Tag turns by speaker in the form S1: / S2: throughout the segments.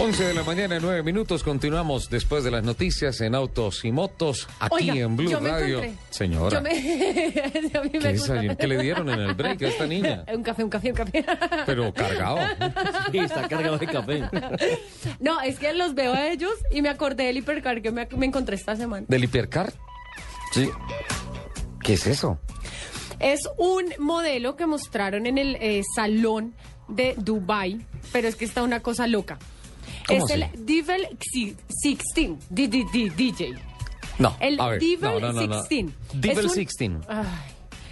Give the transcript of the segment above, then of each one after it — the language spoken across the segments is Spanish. S1: 11 de la mañana, 9 minutos. Continuamos después de las noticias en Autos y Motos, aquí
S2: Oiga,
S1: en Blue
S2: yo me
S1: Radio.
S2: encontré.
S1: Señora,
S2: Yo me... a mí me
S1: ¿qué,
S2: gusta.
S1: desayuno? ¿Qué le dieron en el break a esta niña?
S2: Un café, un café, un café.
S1: Pero cargado.
S3: Sí, está cargado de café.
S2: No, es que los veo a ellos y me acordé del hipercar que me, me encontré esta semana.
S1: ¿Del hipercar?
S3: Sí.
S1: ¿Qué es eso?
S2: Es un modelo que mostraron en el eh, salón de Dubai, pero es que está una cosa loca.
S1: ¿Cómo
S2: es
S1: así?
S2: el Divel 16 D- D- D- DJ.
S1: No,
S2: El
S1: a ver.
S2: Divel
S1: no, no, no, no.
S2: 16.
S1: Divel
S2: Es un-
S1: 16.
S2: Ay.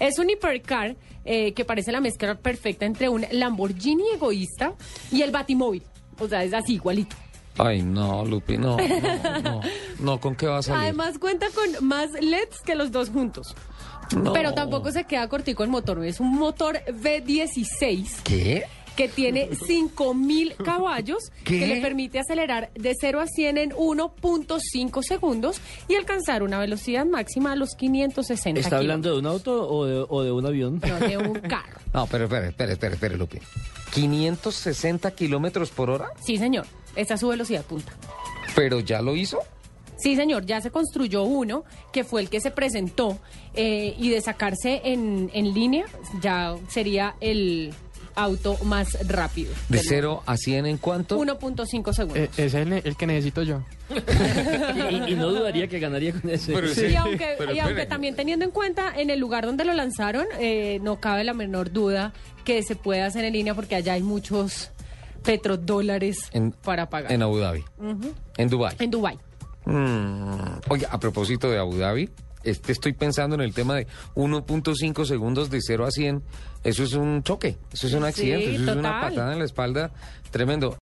S2: es un hipercar eh, que parece la mezcla perfecta entre un Lamborghini egoísta y el Batimóvil. O sea, es así, igualito.
S1: Ay, no, Lupi, no, no, no, no, ¿con qué va a salir?
S2: Además cuenta con más LEDs que los dos juntos.
S1: No.
S2: Pero tampoco se queda cortico el motor. Es un motor V16
S1: ¿Qué?
S2: que tiene 5000 caballos
S1: ¿Qué?
S2: que le permite acelerar de 0 a 100 en 1.5 segundos y alcanzar una velocidad máxima a los 560
S3: ¿Está hablando
S2: kilómetros.
S3: de un auto o de, o de un avión?
S2: No, de un carro.
S1: No, pero espere, espere, espere, espere, Lupi. ¿560 kilómetros por hora?
S2: Sí, señor. Esa es su velocidad punta.
S1: ¿Pero ya lo hizo?
S2: Sí, señor, ya se construyó uno que fue el que se presentó eh, y de sacarse en, en línea ya sería el auto más rápido.
S1: ¿De
S2: del
S1: cero a 100 en cuánto?
S2: mundo. 1.5
S4: Eh,
S2: segundos.
S4: ese es el, el que necesito yo.
S3: Y, y- y no dudaría que ganaría con ese.
S1: Pero
S2: Y
S1: sí,
S2: aunque,
S1: pero
S2: y aunque
S1: espere.
S2: también teniendo en cuenta en el lugar donde lo lanzaron, eh, no cabe la menor duda que se puede hacer en línea porque allá hay muchos petrodólares
S1: En-
S2: para pagar.
S1: En Abu Dhabi. En Dubái.
S2: en Dubái.
S1: Mm, Oye, a propósito de Abu Dhabi, este estoy pensando en el tema de 1.5 segundos de 0 a 100. Eso es un choque, eso es un
S2: Sí,
S1: accidente, eso es una
S2: total.
S1: patada en la espalda tremendo.